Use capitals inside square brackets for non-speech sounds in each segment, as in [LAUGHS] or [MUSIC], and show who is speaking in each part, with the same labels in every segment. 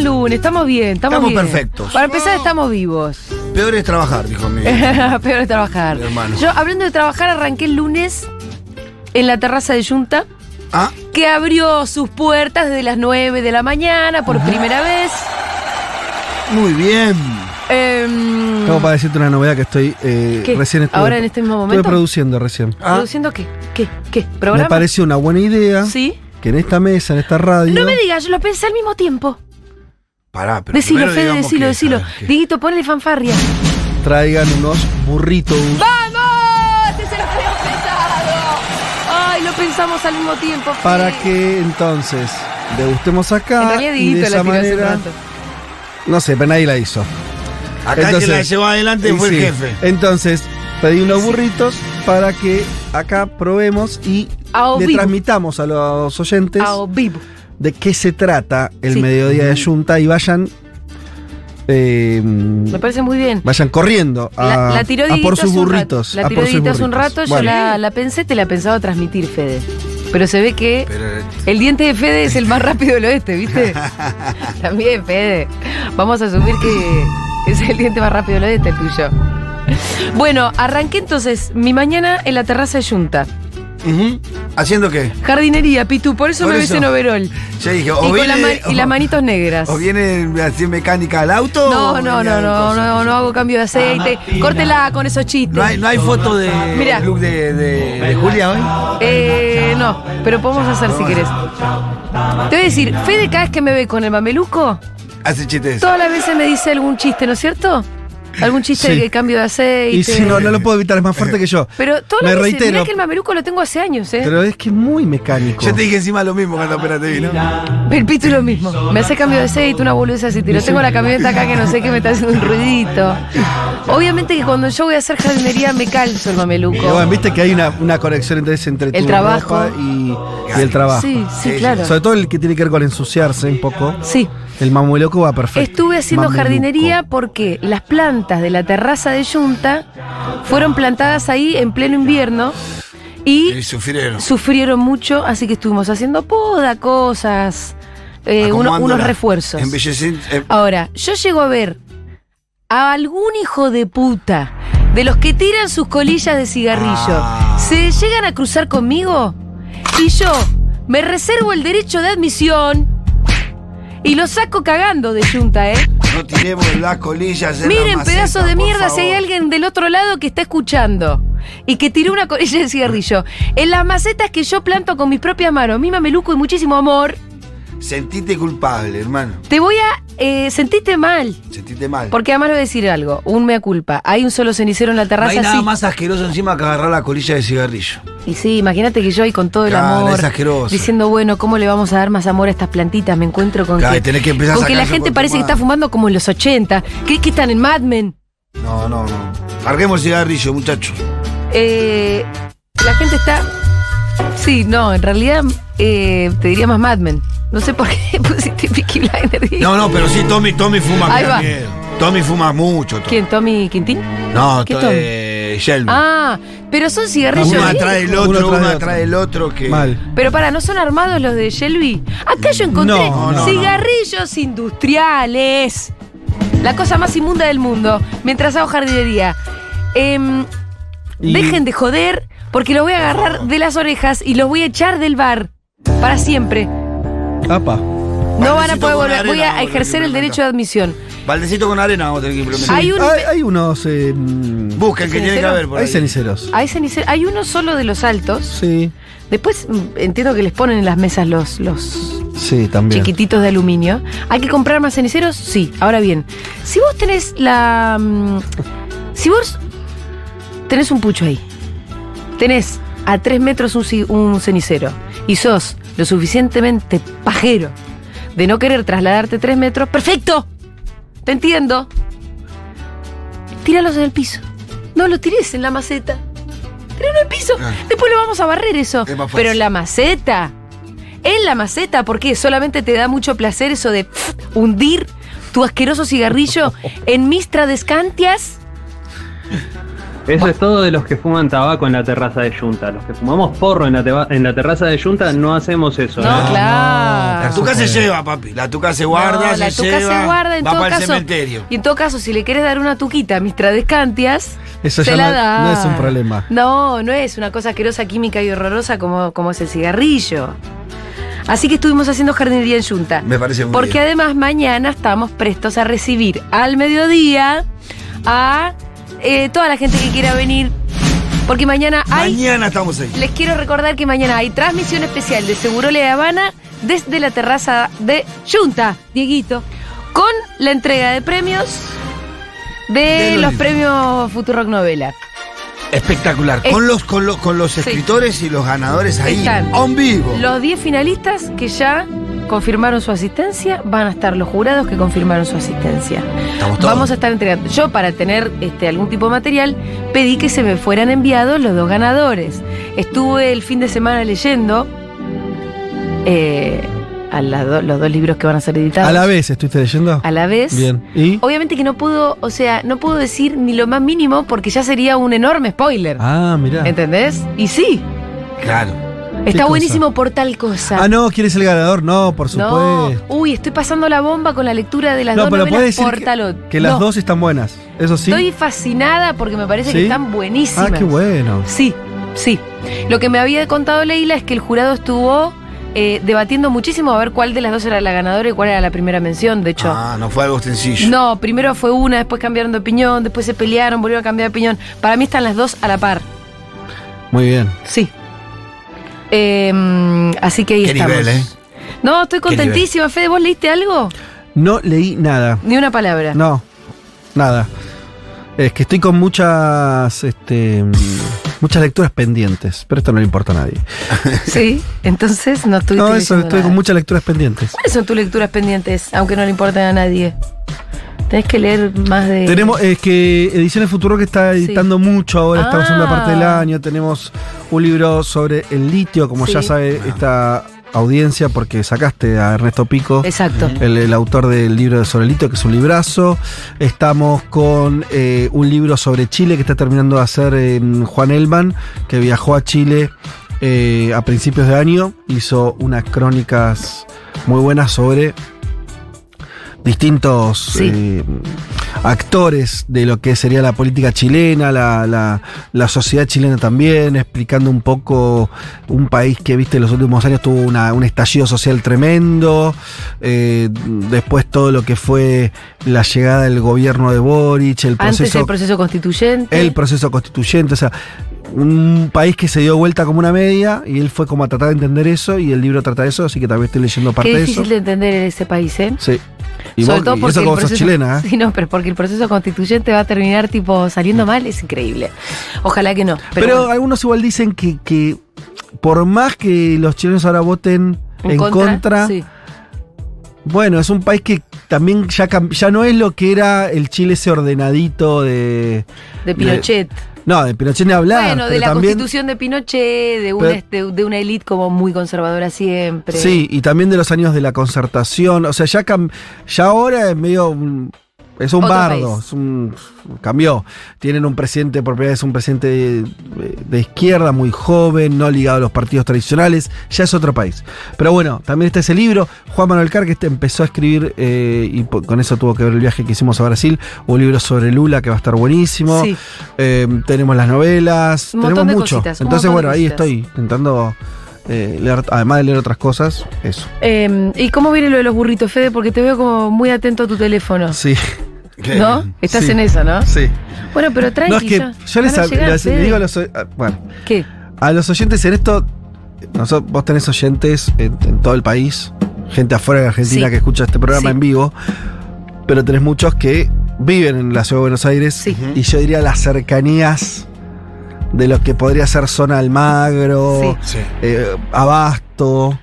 Speaker 1: lunes, estamos bien, estamos,
Speaker 2: Estamos
Speaker 1: bien.
Speaker 2: perfectos.
Speaker 1: Para empezar, estamos vivos.
Speaker 2: Peor es trabajar, dijo
Speaker 1: [LAUGHS]
Speaker 2: mi.
Speaker 1: Peor de trabajar.
Speaker 2: Mi hermano.
Speaker 1: Yo, hablando de trabajar, arranqué el lunes en la terraza de Junta,
Speaker 2: Ah,
Speaker 1: que abrió sus puertas desde las 9 de la mañana
Speaker 2: Ah.
Speaker 1: por primera vez.
Speaker 2: muy bien.
Speaker 1: Em,
Speaker 3: Tengo para decirte una novedad que estoy eh,
Speaker 1: ¿Qué?
Speaker 3: recién estuve,
Speaker 1: ¿Ahora en este mismo
Speaker 3: estuve
Speaker 1: momento?
Speaker 3: produciendo recién.
Speaker 2: Ah,
Speaker 1: ¿Produciendo qué? ¿Qué? ¿Qué? ¿Programa?
Speaker 3: Me pareció una buena idea
Speaker 1: Sí.
Speaker 3: que en esta mesa, en esta radio,
Speaker 1: No me digas, yo lo pensé al mismo tiempo.
Speaker 2: pará, pero.
Speaker 1: decilo,
Speaker 2: primero
Speaker 1: Fede,
Speaker 2: digamos
Speaker 1: decilo,
Speaker 2: que-
Speaker 1: decilo.
Speaker 2: a ver, que-
Speaker 1: Diguito, ponle fanfarria.
Speaker 3: traigan unos burritos.
Speaker 1: ¡Vamos! ¡Ese lo habíamos pensado! ¡Ay, lo pensamos al mismo tiempo! Fede.
Speaker 3: Para que entonces degustemos
Speaker 1: En
Speaker 3: acá
Speaker 1: realidad
Speaker 3: y de
Speaker 1: Diguito la
Speaker 3: esa
Speaker 1: tiró hace un
Speaker 3: manera.
Speaker 1: rato.
Speaker 3: No sé, pero nadie la hizo.
Speaker 2: Acá el que la llevó adelante
Speaker 3: y
Speaker 2: Este fue
Speaker 3: sí.
Speaker 2: el jefe.
Speaker 3: Entonces, pedí unos burritos para que acá probemos y
Speaker 1: Ao
Speaker 3: le
Speaker 1: vivo.
Speaker 3: transmitamos a los oyentes
Speaker 1: A vivo.
Speaker 3: de qué se trata el
Speaker 1: Sí.
Speaker 3: mediodía de Junta y vayan. eh,
Speaker 1: Me parece muy bien.
Speaker 3: Vayan corriendo a,
Speaker 1: La, la tiró
Speaker 3: a
Speaker 1: Dieguito
Speaker 3: Ah, por sus
Speaker 1: hace un rato.
Speaker 3: burritos.
Speaker 1: La
Speaker 3: a
Speaker 1: tiró
Speaker 3: por sus
Speaker 1: Dieguito hace un
Speaker 3: burritos.
Speaker 1: rato, yo
Speaker 3: Bueno,
Speaker 1: la, la pensé, te la pensaba transmitir, Fede. Pero se ve que
Speaker 2: Pero, eh,
Speaker 1: el diente de Fede es el más rápido del oeste, ¿viste?
Speaker 3: [LAUGHS]
Speaker 1: También, Fede. Vamos a asumir que es el diente más rápido del oeste el tuyo. Bueno, arranqué entonces mi mañana en la terraza de Junta.
Speaker 2: ujú, ¿Haciendo qué?
Speaker 1: Jardinería, Pitu, por eso
Speaker 2: Por
Speaker 1: me ves
Speaker 2: eso.
Speaker 1: en overol.
Speaker 2: Yo dije,
Speaker 1: y,
Speaker 2: o
Speaker 1: con la
Speaker 2: viene-
Speaker 1: man- y las manitos negras.
Speaker 2: ¿O viene así mecánica al auto?
Speaker 1: No,
Speaker 2: o
Speaker 1: no,
Speaker 2: venía
Speaker 1: no,
Speaker 2: de
Speaker 1: no,
Speaker 2: cosas?
Speaker 1: no, no hago cambio de aceite. Córtela con esos chistes.
Speaker 2: No hay, no hay foto de
Speaker 1: Mirá.
Speaker 2: look de, de- de Julia hoy.
Speaker 1: Eh, no, pero podemos hacer si querés. Te voy a decir, Fede cada vez que me ve con el mameluco,
Speaker 2: Hace chistes.
Speaker 1: todas las veces me dice algún chiste, ¿no es cierto? Algún chiste
Speaker 3: Sí.
Speaker 1: de cambio de aceite.
Speaker 3: y si no, no lo puedo evitar, es más fuerte que yo.
Speaker 1: Pero todas
Speaker 3: Me
Speaker 1: las veces,
Speaker 3: reitero.
Speaker 1: mirá que el mameluco lo tengo hace años, ¿eh?
Speaker 3: Pero es que es muy mecánico.
Speaker 2: Yo te dije encima lo mismo cuando apenas te vi, ¿no?
Speaker 1: El pito es lo mismo. Me hace cambio de aceite, una boludez así. Tiro. Tengo la camioneta acá que no sé qué me está haciendo un ruidito. Obviamente que cuando yo voy a hacer jardinería me calzo el
Speaker 3: Pero bueno,
Speaker 1: mameluco.
Speaker 3: viste que hay una, una conexión entonces entre
Speaker 1: El
Speaker 3: tu
Speaker 1: trabajo.
Speaker 3: ropa y, y el trabajo.
Speaker 1: Sí, sí,
Speaker 2: Sí,
Speaker 1: claro.
Speaker 3: Sobre todo el que tiene que ver con ensuciarse un poco.
Speaker 1: Sí.
Speaker 3: El mamueloco va perfecto.
Speaker 1: Estuve haciendo
Speaker 3: Mameluco.
Speaker 1: jardinería porque las plantas de la terraza de Yunta fueron plantadas ahí en pleno invierno
Speaker 2: Y
Speaker 1: y
Speaker 2: sufrieron.
Speaker 1: sufrieron mucho, así que estuvimos haciendo poda, cosas,
Speaker 2: Ah,
Speaker 1: eh, uno- unos
Speaker 2: Acomodándola.
Speaker 1: refuerzos.
Speaker 2: Embellecen- eh,
Speaker 1: Ahora, yo llego a ver a algún hijo de puta de los que tiran sus colillas de cigarrillo,
Speaker 2: Ah.
Speaker 1: se llegan a cruzar conmigo y yo me reservo el derecho de admisión y lo saco cagando de Yunta, ¿eh?
Speaker 2: no tiremos las colillas. en la
Speaker 1: Miren,
Speaker 2: maceta,
Speaker 1: pedazos de
Speaker 2: por
Speaker 1: mierda, si hay
Speaker 2: favor.
Speaker 1: alguien del otro lado que está escuchando y que tiró [LAUGHS] una colilla de cigarrillo. En las macetas que yo planto con mis propias manos, mi mameluco y muchísimo amor,
Speaker 2: Sentite culpable, hermano.
Speaker 1: te voy a. Eh, sentiste mal.
Speaker 2: Sentite mal.
Speaker 1: Porque además le voy a decir algo, un mea culpa. Hay un solo cenicero en la
Speaker 2: no
Speaker 1: terraza,
Speaker 2: hay nada
Speaker 1: sí.
Speaker 2: más asqueroso encima que agarrar la colilla de cigarrillo.
Speaker 1: Y sí, imagínate que yo ahí con todo el
Speaker 2: Claro,
Speaker 1: amor.
Speaker 2: es asqueroso.
Speaker 1: Diciendo, bueno, ¿cómo le vamos a dar más amor a estas plantitas? Me encuentro con
Speaker 2: Claro, y
Speaker 1: que.
Speaker 2: tenés que empezar a
Speaker 1: con que la
Speaker 2: sacarse
Speaker 1: gente
Speaker 2: con tu
Speaker 1: parece que
Speaker 2: madre.
Speaker 1: está fumando como en los 80. ¿Crees que están en Mad Men?
Speaker 2: No, no, no. Larguemos el cigarrillo, muchachos.
Speaker 1: Eh, la gente está. Sí, no, en realidad eh, te diría más Mad Men. No sé por qué [LAUGHS] pusiste Peaky Blinders.
Speaker 2: No, no, pero sí, Tommy, Tommy fuma.
Speaker 1: Ahí
Speaker 2: mira,
Speaker 1: va.
Speaker 2: bien. Tommy fuma mucho. Tommy.
Speaker 1: ¿Quién? ¿Tommy Quintín?
Speaker 2: No,
Speaker 1: ¿Qué
Speaker 2: to-
Speaker 1: Tommy?
Speaker 2: eh, Shelby.
Speaker 1: Ah, pero son cigarrillos.
Speaker 2: uno
Speaker 1: ¿eh?
Speaker 2: atrás del
Speaker 3: Uno
Speaker 2: otro,
Speaker 3: atrás
Speaker 2: uno
Speaker 3: del
Speaker 2: atrás
Speaker 3: otro.
Speaker 2: del otro. Que...
Speaker 3: Mal.
Speaker 1: Pero para, ¿no son armados los de Shelby? Acá yo encontré
Speaker 3: No,
Speaker 2: no,
Speaker 1: cigarrillos industriales. La cosa más inmunda del mundo. Mientras hago jardinería. Em,
Speaker 3: Y-
Speaker 1: Dejen de joder, porque los voy a agarrar de las orejas y los voy a echar del bar. Para siempre.
Speaker 3: Apa.
Speaker 1: No van a poder
Speaker 2: Baldecito con
Speaker 1: volver.
Speaker 2: arena,
Speaker 1: Voy a
Speaker 2: boludo,
Speaker 1: ejercer el
Speaker 2: implementa.
Speaker 1: derecho de admisión.
Speaker 2: Baldecito con arena vamos a tener que implementar.
Speaker 1: Hay
Speaker 3: Hay,
Speaker 1: un-
Speaker 3: hay unos. eh, mm,
Speaker 2: Busquen, que tiene que
Speaker 1: ¿Cenicero?
Speaker 2: haber por
Speaker 3: hay
Speaker 2: ahí.
Speaker 3: ceniceros.
Speaker 1: A ese ni se- Hay uno solo de los altos.
Speaker 3: Sí,
Speaker 1: Después mm, entiendo que les ponen en las mesas los, los,
Speaker 3: sí, también.
Speaker 1: chiquititos de aluminio. ¿Hay que comprar más ceniceros? Sí. Ahora bien, si vos tenés la. mm, si vos tenés un pucho ahí, tenés a tres metros un, ci- un cenicero y sos lo suficientemente pajero de no querer trasladarte tres metros, ¡perfecto! Te entiendo. Tíralos en el piso. No lo tires en la maceta. Tíralo en el piso.
Speaker 2: Ah.
Speaker 1: Después lo vamos a barrer eso.
Speaker 2: Es más fácil.
Speaker 1: Pero en la maceta. En la maceta, porque solamente te da mucho placer eso de pf, hundir
Speaker 2: [LAUGHS]
Speaker 1: tu asqueroso cigarrillo en mistra de escantias.
Speaker 4: Eso es todo de los que fuman tabaco en la terraza de Junta. Los que fumamos porro en la, teba- en la terraza de Junta no hacemos eso.
Speaker 3: Ah,
Speaker 1: No,
Speaker 4: ¿eh?
Speaker 1: claro.
Speaker 2: La tuca se lleva, papi. La tuca se guarda,
Speaker 1: No, la
Speaker 2: se
Speaker 1: tuca
Speaker 2: lleva.
Speaker 1: se guarda en
Speaker 2: va
Speaker 1: todo
Speaker 2: para
Speaker 1: caso.
Speaker 2: el cementerio.
Speaker 1: Y en todo caso, si le querés dar una tuquita a mis tradescantias,
Speaker 3: Eso
Speaker 1: se
Speaker 3: ya
Speaker 1: la
Speaker 3: no-
Speaker 1: da.
Speaker 3: no es un problema.
Speaker 1: No, no es una cosa asquerosa, química y horrorosa como, como es el cigarrillo. Así que estuvimos haciendo jardinería en Yunta.
Speaker 2: Me parece muy
Speaker 1: Porque
Speaker 2: bien.
Speaker 1: además mañana estamos prestos a recibir al mediodía a eh, toda la gente que quiera venir. Porque mañana hay
Speaker 2: Mañana estamos ahí.
Speaker 1: les quiero recordar que mañana hay transmisión especial de Seguro Le Habana desde la terraza de Junta, Dieguito, con la entrega de premios de,
Speaker 2: De los
Speaker 1: los
Speaker 2: libros.
Speaker 1: premios Futurock Novela.
Speaker 2: Espectacular.
Speaker 1: Es-
Speaker 2: con, los, con, los, con los escritores y los ganadores ahí.
Speaker 1: Están.
Speaker 2: On vivo.
Speaker 1: Los 10 finalistas que ya confirmaron su asistencia van a estar los jurados que confirmaron su asistencia.
Speaker 2: Estamos todos.
Speaker 1: Vamos a estar entregando. Yo, para tener este, algún tipo de material, pedí que se me fueran enviados los dos ganadores. Estuve el fin de semana leyendo eh, a las do- los dos libros que van a ser editados.
Speaker 3: A la vez, ¿estuviste leyendo?
Speaker 1: A la vez.
Speaker 3: Bien. ¿Y?
Speaker 1: Obviamente que no puedo, o sea, no puedo decir ni lo más mínimo porque ya sería un enorme spoiler.
Speaker 3: Ah, mirá.
Speaker 1: ¿Entendés? Y sí,
Speaker 2: Claro.
Speaker 1: está
Speaker 3: cosa?
Speaker 1: buenísimo por tal cosa.
Speaker 3: Ah, no, ¿quieres el ganador? No, por
Speaker 1: No,
Speaker 3: supuesto.
Speaker 1: uy, estoy pasando la bomba con la lectura de las
Speaker 3: No,
Speaker 1: dos
Speaker 3: pero
Speaker 1: novelas
Speaker 3: podés decir
Speaker 1: por
Speaker 3: que-
Speaker 1: tal o-
Speaker 3: Que las
Speaker 1: No,
Speaker 3: dos están buenas. Eso sí.
Speaker 1: Estoy fascinada porque me parece que
Speaker 3: ¿Sí?
Speaker 1: están buenísimas.
Speaker 3: ah, qué bueno.
Speaker 1: Sí, sí. Lo que me había contado Leila es que el jurado estuvo eh, debatiendo muchísimo a ver cuál de las dos era la ganadora y cuál era la primera mención, de hecho.
Speaker 2: Ah, no fue algo sencillo.
Speaker 1: No, primero fue una, después cambiaron de opinión, después se pelearon, volvieron a cambiar de opinión. Para mí están las dos a la par,
Speaker 3: Muy bien.
Speaker 1: sí. Em, así que ahí
Speaker 2: Qué
Speaker 1: estamos.
Speaker 2: nivel, ¿eh?
Speaker 1: No, estoy
Speaker 2: Qué nivel.
Speaker 1: contentísima, Fede. ¿Vos leíste algo?
Speaker 3: No leí nada.
Speaker 1: Ni una palabra.
Speaker 3: No, nada. Es que estoy con muchas, este, mm, muchas lecturas pendientes, pero esto no le importa a nadie.
Speaker 1: Sí, entonces no estuviste
Speaker 3: No, eso,
Speaker 1: leyendo
Speaker 3: estoy
Speaker 1: nada.
Speaker 3: con muchas lecturas pendientes.
Speaker 1: ¿Cuáles son tus lecturas pendientes, aunque no le importen a nadie? Tenés que leer más de...
Speaker 3: Tenemos, es que Ediciones Futuro que está editando mucho ahora, está en la segunda
Speaker 1: Ah.
Speaker 3: parte del año. Tenemos un libro sobre el litio, como
Speaker 1: Sí.
Speaker 3: ya sabe esta audiencia, porque sacaste a Ernesto Pico.
Speaker 1: Exacto.
Speaker 3: El, el autor del libro de Solelito, que es un librazo. Estamos con eh, un libro sobre Chile que está terminando de hacer en Juan Elman, que viajó a Chile eh, a principios de año. Hizo unas crónicas muy buenas sobre distintos
Speaker 1: Sí.
Speaker 3: eh, actores de lo que sería la política chilena, la, la- la sociedad chilena también, explicando un poco un país que, viste, en los últimos años tuvo una- un estallido social tremendo, eh, después todo lo que fue la llegada del gobierno de Boric, el proceso...
Speaker 1: Antes el proceso constituyente.
Speaker 3: el proceso constituyente, o sea, un país que se dio vuelta como una media y él fue como a tratar de entender eso y el libro trata de eso, así que también estoy leyendo parte
Speaker 1: Qué
Speaker 3: de eso.
Speaker 1: difícil de entender en ese país, ¿eh?
Speaker 3: Sí. Y vos- y eso como sos chilena, ¿eh?
Speaker 1: Sí, no, pero porque el proceso constituyente va a terminar tipo saliendo mal, es increíble. Ojalá que no. Pero,
Speaker 3: Mm. Pero,
Speaker 1: bueno,
Speaker 3: algunos igual dicen que, que por más que los chilenos ahora voten en, contra,
Speaker 1: sí.
Speaker 3: bueno, es un país que también ya, cam- ya no es lo que era el Chile ese ordenadito de...
Speaker 1: de Pinochet.
Speaker 3: No, de Pinochet ni hablar.
Speaker 1: bueno, de
Speaker 3: pero
Speaker 1: la
Speaker 3: también-
Speaker 1: constitución de Pinochet, de una,
Speaker 3: Pero-
Speaker 1: este- de una élite como muy conservadora siempre.
Speaker 3: Sí, y también de los años de la concertación. O sea, ya, cam- ya ahora es medio. un- Es un
Speaker 1: Otro
Speaker 3: bardo,
Speaker 1: país.
Speaker 3: es un- cambió. Tienen un presidente, por primera vez, un presidente de, de izquierda, muy joven, no ligado a los partidos tradicionales. Ya es otro país. Pero bueno, también está ese libro. Juan Manuel Carr, que este empezó a escribir, eh, y po- con eso tuvo que ver el viaje que hicimos a Brasil. Un libro sobre Lula que va a estar buenísimo.
Speaker 1: Sí.
Speaker 3: Eh, tenemos las novelas,
Speaker 1: Un montón
Speaker 3: tenemos
Speaker 1: de
Speaker 3: mucho.
Speaker 1: cositas, un
Speaker 3: Entonces,
Speaker 1: montón de
Speaker 3: bueno, ahí
Speaker 1: cositas.
Speaker 3: estoy intentando eh, leer, además de leer otras cosas, eso.
Speaker 1: Eh, ¿Y cómo viene lo de los burritos, Fede? Porque te veo como muy atento a tu teléfono.
Speaker 3: Sí,
Speaker 2: ¿Qué?
Speaker 1: ¿No? Estás
Speaker 3: Sí.
Speaker 1: en eso, ¿no?
Speaker 3: sí.
Speaker 1: Bueno, pero tranqui.
Speaker 3: No es que
Speaker 1: ya.
Speaker 3: yo les,
Speaker 1: Van a
Speaker 3: hab-
Speaker 1: llegar,
Speaker 3: les-
Speaker 1: Fede.
Speaker 3: digo a los, oy- ah, bueno,
Speaker 1: ¿Qué?
Speaker 3: a los oyentes en esto, nosotros, vos tenés oyentes en, en todo el país, gente afuera de Argentina
Speaker 1: Sí.
Speaker 3: que escucha este programa
Speaker 1: Sí.
Speaker 3: en vivo, pero tenés muchos que viven en la ciudad de Buenos Aires
Speaker 1: Sí.
Speaker 3: y yo diría las cercanías de lo que podría ser zona Almagro.
Speaker 1: Sí.
Speaker 2: Sí.
Speaker 3: eh, Abasto.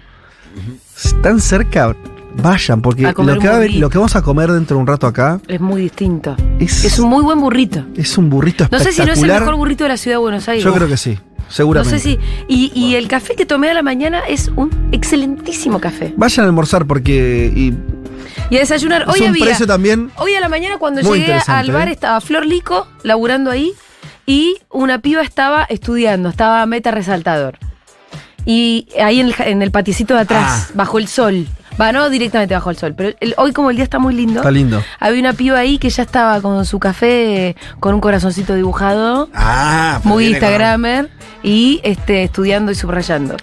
Speaker 3: Si Están cerca, vayan, porque
Speaker 1: A
Speaker 3: lo
Speaker 1: comer
Speaker 3: que,
Speaker 1: un
Speaker 3: va a-
Speaker 1: burrito.
Speaker 3: lo que vamos a comer dentro de un rato acá
Speaker 1: Es muy distinto.
Speaker 3: es,
Speaker 1: Es un muy buen burrito.
Speaker 3: es un burrito
Speaker 1: No sé si
Speaker 3: espectacular.
Speaker 1: no es el mejor burrito de la ciudad de Buenos Aires.
Speaker 3: Yo creo que sí,
Speaker 1: No
Speaker 3: seguramente.
Speaker 1: sé si. Y, y el café que tomé a la mañana es un excelentísimo café.
Speaker 3: Vayan a almorzar porque y
Speaker 1: Y a desayunar. Hoy
Speaker 3: es un
Speaker 1: había.
Speaker 3: precio también.
Speaker 1: Hoy a la mañana, cuando
Speaker 3: Muy
Speaker 1: llegué
Speaker 3: interesante,
Speaker 1: al bar,
Speaker 3: ¿eh?
Speaker 1: estaba Flor Lico laburando ahí. y una piba estaba estudiando, estaba meta resaltador. Y ahí en el, ja- en el paticito de atrás,
Speaker 2: Ah.
Speaker 1: bajo el sol. Va, no directamente bajo el sol, pero el- hoy como el día está muy lindo,
Speaker 3: Está lindo.
Speaker 1: había una piba ahí que ya estaba con su café, con un corazoncito dibujado
Speaker 2: Ah, pero
Speaker 1: muy
Speaker 2: viene con-
Speaker 1: Instagramer y este, estudiando y subrayando.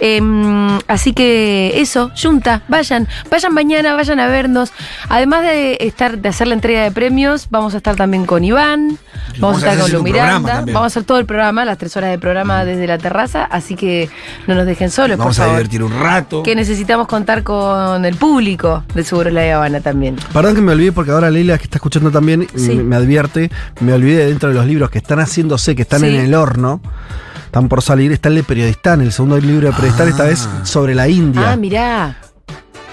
Speaker 1: Em, así que eso, Junta, vayan, vayan mañana, vayan a vernos. Además de estar, de hacer la entrega de premios, vamos a estar también con Iván, vamos,
Speaker 2: vamos
Speaker 1: a
Speaker 2: a
Speaker 1: estar
Speaker 2: hacer
Speaker 1: con Lu
Speaker 2: un programa
Speaker 1: Miranda,
Speaker 2: también.
Speaker 1: vamos a hacer todo el programa, las tres horas de programa desde la terraza, así que no nos dejen solos,
Speaker 2: Vamos
Speaker 1: por
Speaker 2: a
Speaker 1: favor.
Speaker 2: divertir un rato.
Speaker 1: Que necesitamos contar con el público de Seguro La Habana también.
Speaker 3: Perdón que me olvidé porque ahora Leila, que está escuchando también,
Speaker 1: Sí.
Speaker 3: me- me advierte, me olvidé dentro de los libros que están haciéndose, que están
Speaker 1: Sí.
Speaker 3: en el horno, están por salir, está el de Periodistán, el segundo libro de Periodistán,
Speaker 2: Ah.
Speaker 3: esta vez sobre la India.
Speaker 1: Ah, mirá,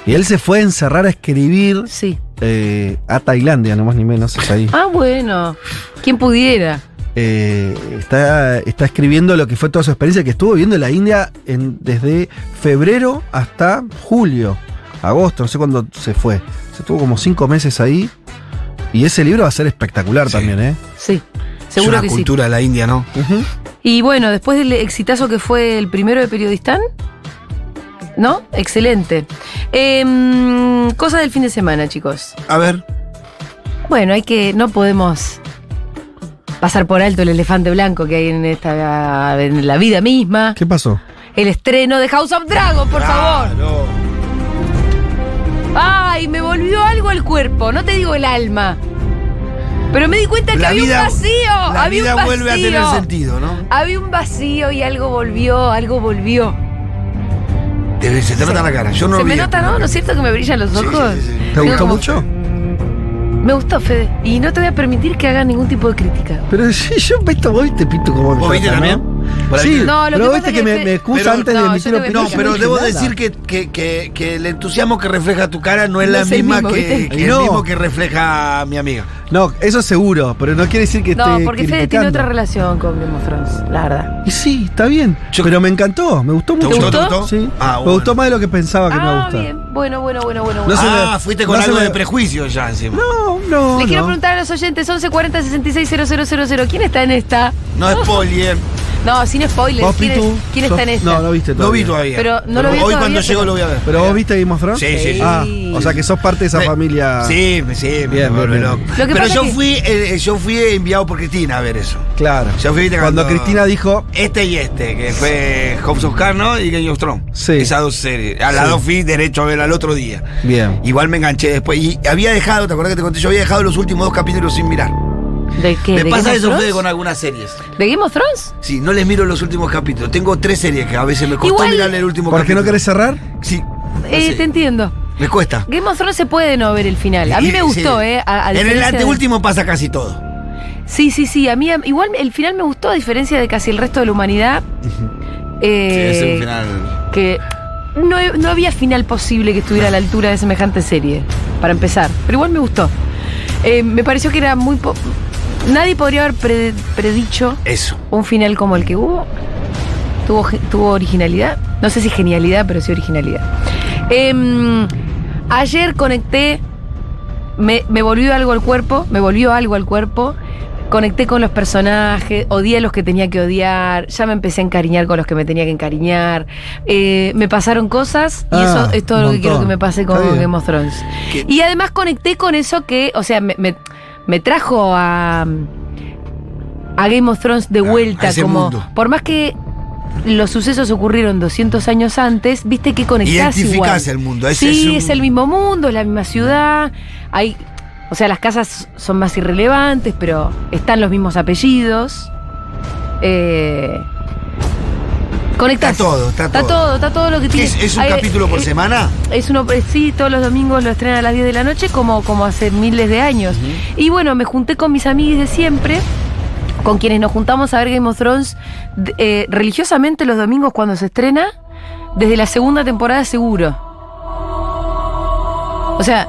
Speaker 3: y él se fue a encerrar a escribir
Speaker 1: sí.
Speaker 3: eh, a Tailandia, no más ni menos, es ahí.
Speaker 1: Ah, bueno, quien pudiera.
Speaker 3: Eh, está, está escribiendo lo que fue toda su experiencia, que estuvo viviendo en la India en- desde febrero hasta julio, agosto, no sé cuándo se fue. Se estuvo como cinco meses ahí. Y ese libro va a ser espectacular
Speaker 2: Sí.
Speaker 3: también, ¿eh?
Speaker 1: Sí,
Speaker 2: Es
Speaker 1: seguro
Speaker 2: una
Speaker 1: que sí.
Speaker 2: cultura de la India, ¿no?
Speaker 3: Ujú.
Speaker 1: Y bueno, después del exitazo que fue el primero de Periodistán, ¿no? Excelente. Em, cosas del fin de semana, chicos.
Speaker 2: A ver.
Speaker 1: Bueno, hay que. No podemos pasar por alto el elefante blanco que hay en esta. en la vida misma.
Speaker 3: ¿Qué pasó?
Speaker 1: El estreno de House of Dragon,
Speaker 2: Ah.
Speaker 1: por favor.
Speaker 2: Claro.
Speaker 1: Ay, me volvió algo al cuerpo, no te digo el alma. Pero me di cuenta que
Speaker 2: La
Speaker 1: había
Speaker 2: vida,
Speaker 1: un vacío.
Speaker 2: la
Speaker 1: Oh, había
Speaker 2: vida
Speaker 1: un
Speaker 2: vuelve a tener
Speaker 1: vacío.
Speaker 2: sentido, ¿no?
Speaker 1: Había un vacío y algo volvió, algo volvió.
Speaker 2: Te- se te nota la cara. Yo no
Speaker 1: Se
Speaker 2: lo
Speaker 1: me
Speaker 2: vi.
Speaker 1: nota, ¿no? ¿No es cierto que me brillan los
Speaker 2: Sí, sí,
Speaker 1: ojos?
Speaker 2: sí, sí.
Speaker 3: ¿Te
Speaker 1: Tengo
Speaker 3: gustó
Speaker 1: como-
Speaker 3: mucho?
Speaker 1: Me gustó, Fede. Y no te voy a permitir que hagas ningún tipo de crítica.
Speaker 3: Pero [LAUGHS] si yo visto vos te pito como
Speaker 2: ¿Vos viste también? Por ahí
Speaker 3: Sí,
Speaker 2: te-
Speaker 1: No, lo
Speaker 3: pero
Speaker 1: que
Speaker 3: viste
Speaker 1: pasa
Speaker 3: que,
Speaker 1: que
Speaker 3: me,
Speaker 1: Fe-
Speaker 3: me excusa
Speaker 2: Pero-
Speaker 3: antes
Speaker 1: no,
Speaker 3: de
Speaker 1: yo
Speaker 3: emitir
Speaker 1: te voy a
Speaker 2: No,
Speaker 3: opinión.
Speaker 1: Nunca
Speaker 2: pero
Speaker 1: dije
Speaker 2: debo decir que, que- que- que el entusiasmo que refleja tu cara no es
Speaker 1: No
Speaker 2: la
Speaker 1: es el
Speaker 2: misma
Speaker 1: mismo,
Speaker 2: que,
Speaker 1: ¿viste?
Speaker 2: que
Speaker 3: No.
Speaker 2: el mismo que refleja mi amiga.
Speaker 3: No, eso seguro, pero no quiere decir que
Speaker 1: No,
Speaker 3: esté
Speaker 1: porque Fede tiene
Speaker 3: criticando.
Speaker 1: otra relación con Game of Thrones, la verdad.
Speaker 3: Y sí, está bien.
Speaker 2: Yo-
Speaker 3: pero me encantó, me gustó
Speaker 2: ¿Te
Speaker 3: mucho.
Speaker 2: gustó?
Speaker 1: gustó?
Speaker 2: ¿Te gustó?
Speaker 3: Sí.
Speaker 2: Ah,
Speaker 3: Me
Speaker 2: bueno.
Speaker 3: gustó más de lo que pensaba que me iba a
Speaker 1: Ah,
Speaker 3: gustar.
Speaker 1: bien. Bueno, bueno, bueno, bueno.
Speaker 3: No
Speaker 1: bueno.
Speaker 3: se
Speaker 2: ah,
Speaker 3: me-
Speaker 2: fuiste con
Speaker 3: no se
Speaker 2: algo
Speaker 3: me-
Speaker 2: de prejuicio ya encima.
Speaker 3: No, no.
Speaker 1: Le quiero
Speaker 3: no.
Speaker 1: preguntar a los oyentes 1140 660000. ¿Quién está en esta?
Speaker 2: No es spoiler.
Speaker 1: No, sin spoilers.
Speaker 3: ¿Vos,
Speaker 1: ¿Quién, es-
Speaker 3: Pitu?
Speaker 1: quién
Speaker 3: sos-
Speaker 1: está en esta?
Speaker 3: No, no viste
Speaker 2: Lo
Speaker 3: todavía.
Speaker 2: vi todavía.
Speaker 1: Pero no lo vi
Speaker 2: Hoy
Speaker 1: todavía,
Speaker 2: cuando llego
Speaker 1: pero-
Speaker 2: lo voy a ver.
Speaker 3: ¿Pero vos viste Game of Thrones?
Speaker 2: Sí, sí, sí.
Speaker 3: Ah, o sea que sos parte de esa
Speaker 2: Me-
Speaker 3: familia.
Speaker 2: Sí, me- sí, me
Speaker 3: Bien,
Speaker 2: vuelve
Speaker 3: bien,
Speaker 2: loco.
Speaker 3: bien.
Speaker 1: Lo que
Speaker 2: Pero
Speaker 1: pasa
Speaker 2: yo
Speaker 1: que-
Speaker 2: fui, eh, yo fui enviado por Cristina a ver eso.
Speaker 3: Claro.
Speaker 2: Yo fui, viste,
Speaker 3: Cuando
Speaker 2: cuando-
Speaker 3: Cristina dijo,
Speaker 2: Este y este, que fue House of Cards, ¿no? y Game of Thrones.
Speaker 3: Sí.
Speaker 2: Esas dos series. A las
Speaker 3: Sí.
Speaker 2: dos fui derecho a ver al otro día.
Speaker 3: bien.
Speaker 2: Igual me enganché después. Y había dejado, ¿te acuerdas que te conté? Yo había dejado los últimos dos capítulos sin mirar.
Speaker 1: ¿De qué?
Speaker 2: Me
Speaker 1: ¿De
Speaker 2: pasa
Speaker 1: Game of
Speaker 2: eso Fede,
Speaker 1: Thrones?
Speaker 2: con algunas series.
Speaker 1: ¿De Game of Thrones?
Speaker 2: Sí, no les miro los últimos capítulos. Tengo tres series que a veces me costó
Speaker 1: Igual-
Speaker 2: mirar el último
Speaker 3: ¿Por qué
Speaker 2: capítulo.
Speaker 3: no querés cerrar?
Speaker 2: Sí. no
Speaker 1: Eh,
Speaker 2: sé,
Speaker 1: Te entiendo.
Speaker 2: Me cuesta.
Speaker 1: Game of Thrones se puede no ver el final. A mí me
Speaker 2: Sí.
Speaker 1: gustó, ¿eh? A- a
Speaker 2: en el
Speaker 1: diferencia de-
Speaker 2: anteúltimo pasa casi todo.
Speaker 1: Sí, sí, sí. A mí a- igual el final me gustó, a diferencia de casi el resto de la humanidad. Eh,
Speaker 2: Sí, es un final.
Speaker 1: Que no, he- no había final posible que estuviera a la altura de semejante serie, para empezar. Pero igual me gustó. Eh, me pareció que era muy... po- Nadie podría haber pre- predicho
Speaker 2: Eso.
Speaker 1: un final como el que hubo. Tuvo, ge- tuvo originalidad. No sé si genialidad, pero sí originalidad. Em, ayer conecté. Me, me volvió algo al cuerpo. Me volvió algo al cuerpo. Conecté con los personajes, odié a los que tenía que odiar, ya me empecé a encariñar con los que me tenía que encariñar, eh, me pasaron cosas y
Speaker 3: Ah,
Speaker 1: eso es todo
Speaker 3: un
Speaker 1: lo que quiero que
Speaker 3: montón.
Speaker 1: me pase
Speaker 3: Está
Speaker 1: con
Speaker 3: bien.
Speaker 1: Game of Thrones.
Speaker 2: ¿Qué?
Speaker 1: Y además conecté con eso que, o sea, me, me- me trajo a, a Game of Thrones de
Speaker 2: Ah, A- a
Speaker 1: vuelta,
Speaker 2: ese
Speaker 1: como
Speaker 2: mundo.
Speaker 1: por más que los sucesos ocurrieron 200 años antes, viste que conectás igual.
Speaker 2: Identificás el mundo. Ese
Speaker 1: sí, es,
Speaker 2: un-
Speaker 1: el mismo mundo, es la misma ciudad, hay, o sea, las casas son más irrelevantes, pero están los mismos apellidos. Eh, conectás.
Speaker 2: Está todo, está todo.
Speaker 1: está todo lo que
Speaker 2: ¿Qué
Speaker 1: tiene.
Speaker 2: ¿Es, es un
Speaker 1: Hay-
Speaker 2: capítulo por
Speaker 1: eh,
Speaker 2: semana?
Speaker 1: es uno, eh, sí, todos los domingos lo estrenan a las 10 de la noche, como, como hace miles de años. Y bueno, me junté con mis amiguis de siempre, con quienes nos juntamos a ver Game of Thrones d- eh, religiosamente los domingos cuando se estrena, desde la segunda temporada seguro. O sea,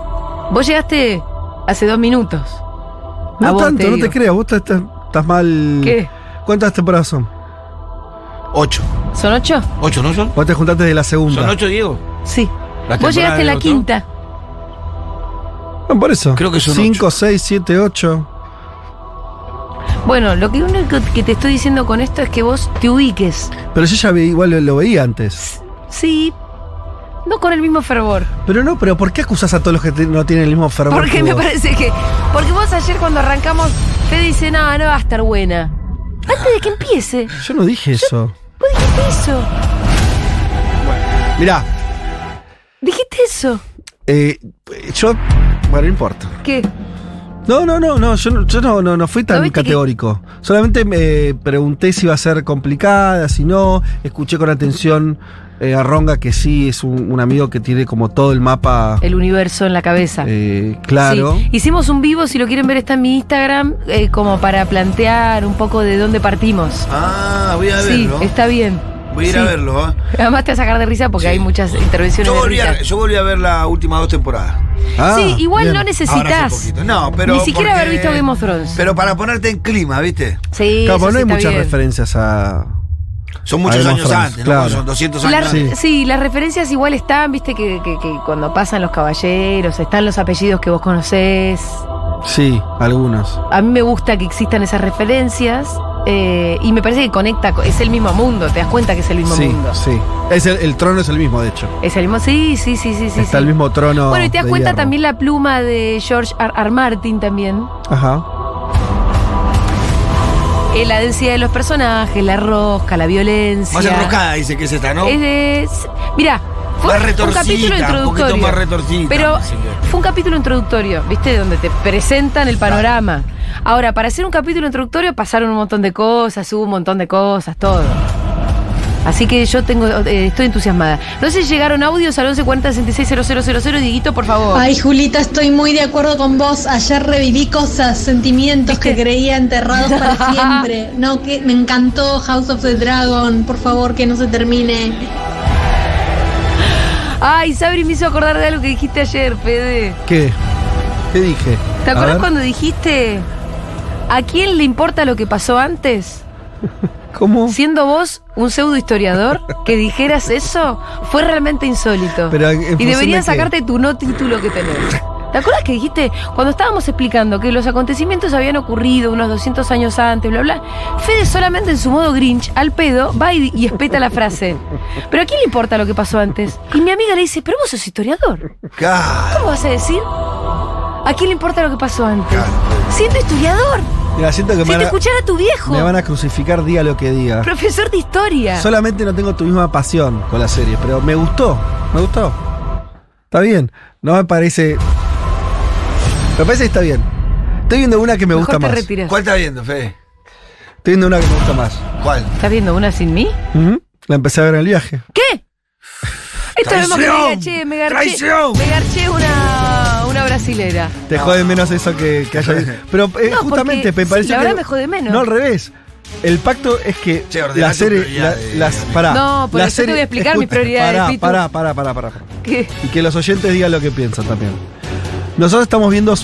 Speaker 1: vos llegaste hace dos minutos. A
Speaker 3: No
Speaker 1: vos,
Speaker 3: tanto, no
Speaker 1: digo.
Speaker 3: te creas. Vos estás, estás mal.
Speaker 1: ¿Qué?
Speaker 3: ¿Cuántas temporadas son?
Speaker 2: Ocho.
Speaker 1: ¿Son ocho?
Speaker 2: ¿Ocho no son?
Speaker 3: Vos te juntaste desde la segunda.
Speaker 2: ¿Son ocho, Diego?
Speaker 1: Sí.
Speaker 2: ¿La temporada
Speaker 1: Vos llegaste a la
Speaker 2: del otro?
Speaker 1: quinta.
Speaker 3: No, por eso.
Speaker 2: Creo que son
Speaker 3: 5, 6, 7, 8.
Speaker 1: Bueno, lo que único que te estoy diciendo con esto es que vos te ubiques.
Speaker 3: Pero yo ya vi- igual lo, lo veía antes.
Speaker 1: Sí. No con el mismo fervor.
Speaker 3: Pero no, pero ¿por qué acusás a todos los que te- no tienen el mismo fervor?
Speaker 1: Porque
Speaker 3: que
Speaker 1: me
Speaker 3: vos?
Speaker 1: parece que. Porque vos ayer cuando arrancamos, te dice, no, no va a estar buena. Antes de que empiece.
Speaker 3: Yo no dije eso.
Speaker 1: Vos dijiste eso.
Speaker 3: Mirá,
Speaker 1: Dijiste eso.
Speaker 3: eh, yo. Bueno, no importa.
Speaker 1: ¿Qué?
Speaker 3: No, no, no, no, yo, no- yo no, no, no fui
Speaker 1: ¿No
Speaker 3: tan
Speaker 1: viste que-
Speaker 3: categórico. Solamente me eh, pregunté si iba a ser complicada, si no. Escuché con atención eh, a Ronga, que sí es un, un amigo que tiene como todo el mapa
Speaker 1: El universo en la cabeza.
Speaker 3: eh, claro.
Speaker 1: Sí. Hicimos un vivo, si lo quieren ver, está en mi Instagram, eh, como para plantear un poco de dónde partimos.
Speaker 2: Ah, voy a
Speaker 1: Sí,
Speaker 2: verlo.
Speaker 1: está bien.
Speaker 2: Voy a ir a
Speaker 1: Sí.
Speaker 2: verlo. ¿eh?
Speaker 1: Además te vas a sacar de risa porque
Speaker 2: Sí.
Speaker 1: hay muchas intervenciones.
Speaker 2: Yo
Speaker 1: de
Speaker 2: volví, a,
Speaker 1: risa.
Speaker 2: yo volví a ver las últimas dos temporadas.
Speaker 3: Ah,
Speaker 1: sí, igual
Speaker 3: bien.
Speaker 1: no
Speaker 2: Ahora hace
Speaker 1: necesitas.
Speaker 2: poquito. No, pero.
Speaker 1: Ni siquiera
Speaker 2: porque-
Speaker 1: haber visto Game of Thrones.
Speaker 2: Pero para ponerte en clima, ¿viste?
Speaker 1: sí,
Speaker 3: Claro,
Speaker 1: eso
Speaker 3: pues no
Speaker 1: sí
Speaker 3: hay
Speaker 1: está
Speaker 3: muchas
Speaker 1: bien.
Speaker 3: referencias a.
Speaker 2: Son muchos
Speaker 3: Game of
Speaker 2: años
Speaker 3: Thrones,
Speaker 2: antes,
Speaker 3: claro.
Speaker 2: ¿no? Son 200
Speaker 1: La-
Speaker 2: años.
Speaker 1: sí.
Speaker 3: Sí.
Speaker 1: las referencias igual están, viste, que, que- que cuando pasan los caballeros, están los apellidos que vos conocés.
Speaker 3: Sí, algunos.
Speaker 1: A mí me gusta que existan esas referencias eh, y me parece que conecta, co- es el mismo mundo, te das cuenta que es el mismo
Speaker 3: Sí,
Speaker 1: mundo.
Speaker 3: sí. Es el, el trono es el mismo, de hecho.
Speaker 1: Es el mismo, sí, sí, sí, sí. sí,
Speaker 3: Está el
Speaker 1: sí.
Speaker 3: mismo trono.
Speaker 1: Bueno, y te das
Speaker 3: de
Speaker 1: cuenta
Speaker 3: hierro.
Speaker 1: también la pluma de George R. R. Martin también.
Speaker 3: Ajá.
Speaker 1: Eh, la densidad de los personajes, la rosca, la violencia.
Speaker 2: Más enroscada, dice que es esta, ¿no?
Speaker 1: Es de. es- Mirá, fue
Speaker 2: Más
Speaker 1: un
Speaker 2: retorcida,
Speaker 1: capítulo
Speaker 2: un poquito
Speaker 1: introductorio.
Speaker 2: más retorcida,
Speaker 1: Pero
Speaker 2: así que-
Speaker 1: fue un capítulo introductorio, ¿viste? Donde te presentan el panorama. Ahora, para hacer un capítulo introductorio pasaron un montón de cosas, hubo un montón de cosas, todo. Así que yo tengo, eh, estoy entusiasmada. No sé si llegaron audios al 1140 660000. Diguito, por favor.
Speaker 5: Ay, Julita, estoy muy de acuerdo con vos. Ayer reviví cosas, sentimientos que creía enterrados para siempre. No, que me encantó House of the Dragon. Por favor, que no se termine.
Speaker 1: Ay, Sabri me hizo acordar de algo que dijiste ayer, Fede.
Speaker 3: ¿Qué? ¿Qué dije?
Speaker 1: ¿Te
Speaker 3: A
Speaker 1: acuerdas
Speaker 3: ver,
Speaker 1: cuando dijiste a quién le importa lo que pasó antes?
Speaker 3: ¿Cómo?
Speaker 1: Siendo vos un pseudo historiador, que dijeras eso fue realmente insólito.
Speaker 3: Pero, ¿en función
Speaker 1: y deberían
Speaker 3: de qué?
Speaker 1: sacarte tu no título que tenés. ¿Te acuerdas que dijiste, cuando estábamos explicando que los acontecimientos habían ocurrido unos 200 años antes, bla, bla? Fede solamente en su modo Grinch, al pedo, va y, y espeta la frase. ¿Pero a quién le importa lo que pasó antes? Y mi amiga le dice, pero vos sos historiador.
Speaker 2: Claro.
Speaker 1: ¿Cómo vas a decir? ¿A quién le importa lo que pasó antes?
Speaker 2: Claro.
Speaker 1: Siendo historiador,
Speaker 3: Mira, siento que
Speaker 1: si
Speaker 3: me,
Speaker 1: te
Speaker 3: van
Speaker 1: escuchara tu
Speaker 3: a,
Speaker 1: viejo,
Speaker 3: me van a crucificar, diga lo que diga.
Speaker 1: profesor de historia.
Speaker 3: Solamente no tengo tu misma pasión con la serie, pero me gustó, me gustó. Está bien, no me parece. Me parece que está bien. Estoy viendo una que me
Speaker 1: Mejor
Speaker 3: gusta
Speaker 1: te
Speaker 3: más. Estoy
Speaker 1: retiras.
Speaker 2: ¿Cuál está viendo, Fede?
Speaker 3: viendo una que me gusta más.
Speaker 2: ¿Cuál?
Speaker 1: ¿Estás viendo una sin mí?
Speaker 3: Ujú. La empecé a ver en el viaje.
Speaker 1: ¿Qué? Esto es lo mismo que me diga,
Speaker 2: ¡Traición!
Speaker 1: che, me garché,
Speaker 2: ¡Traición!
Speaker 1: me garché una, una brasilera.
Speaker 3: Te jode menos eso que, que
Speaker 2: [LAUGHS]
Speaker 3: haya visto. Pero eh,
Speaker 1: Ah. No,
Speaker 3: justamente
Speaker 1: porque,
Speaker 3: me pareció
Speaker 1: sí, la
Speaker 3: que-
Speaker 1: verdad me jode menos.
Speaker 3: No, al revés. El pacto es que
Speaker 2: Che, ordená
Speaker 3: la
Speaker 2: tu
Speaker 3: serie.
Speaker 2: prioridad
Speaker 3: la-
Speaker 2: de-
Speaker 3: las, pará,
Speaker 1: No, porque
Speaker 3: la
Speaker 1: yo te voy a explicar mis prioridades, Pitu.
Speaker 3: Pará, pará, pará, pará, pará.
Speaker 1: ¿Qué?
Speaker 3: Y que los oyentes digan lo que piensan también. Nosotros estamos viendo